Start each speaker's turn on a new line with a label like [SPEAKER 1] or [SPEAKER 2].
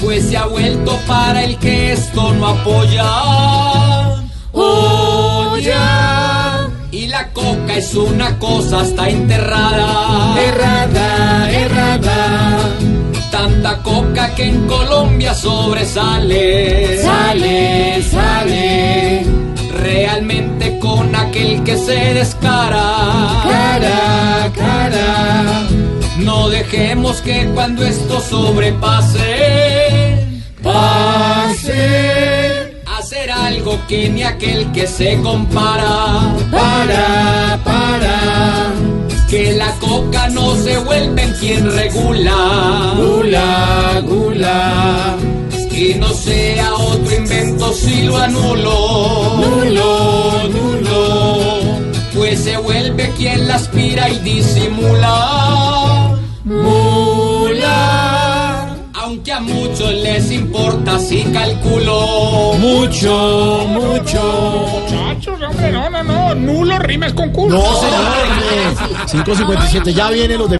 [SPEAKER 1] Pues para el que esto no apoya.
[SPEAKER 2] Olla.
[SPEAKER 1] Y la coca es una cosa, está enterrada.
[SPEAKER 2] Errada, errada.
[SPEAKER 1] Tanta coca que en Colombia sobresale.
[SPEAKER 2] Sale, sale.
[SPEAKER 1] Realmente con aquel que se descara.
[SPEAKER 2] Cara, cara.
[SPEAKER 1] No dejemos que cuando esto sobrepase,
[SPEAKER 2] Pase.
[SPEAKER 1] hacer algo que ni aquel que se compara.
[SPEAKER 2] Para, para.
[SPEAKER 1] Que la coca no se vuelva en quien regula.
[SPEAKER 2] Gula, gula.
[SPEAKER 1] Que no sea otro invento si lo anulo.
[SPEAKER 2] Nulo, nulo.
[SPEAKER 1] Pues se vuelve quien la aspira y disimula.
[SPEAKER 2] Mula.
[SPEAKER 1] Aunque a muchos les importa si calculo.
[SPEAKER 2] Mucho, mucho.
[SPEAKER 3] Muchachos, hombre, no, no, no. Nulo rimes con culo.
[SPEAKER 4] eh, No, señor. 5.57. Ya vienen los de...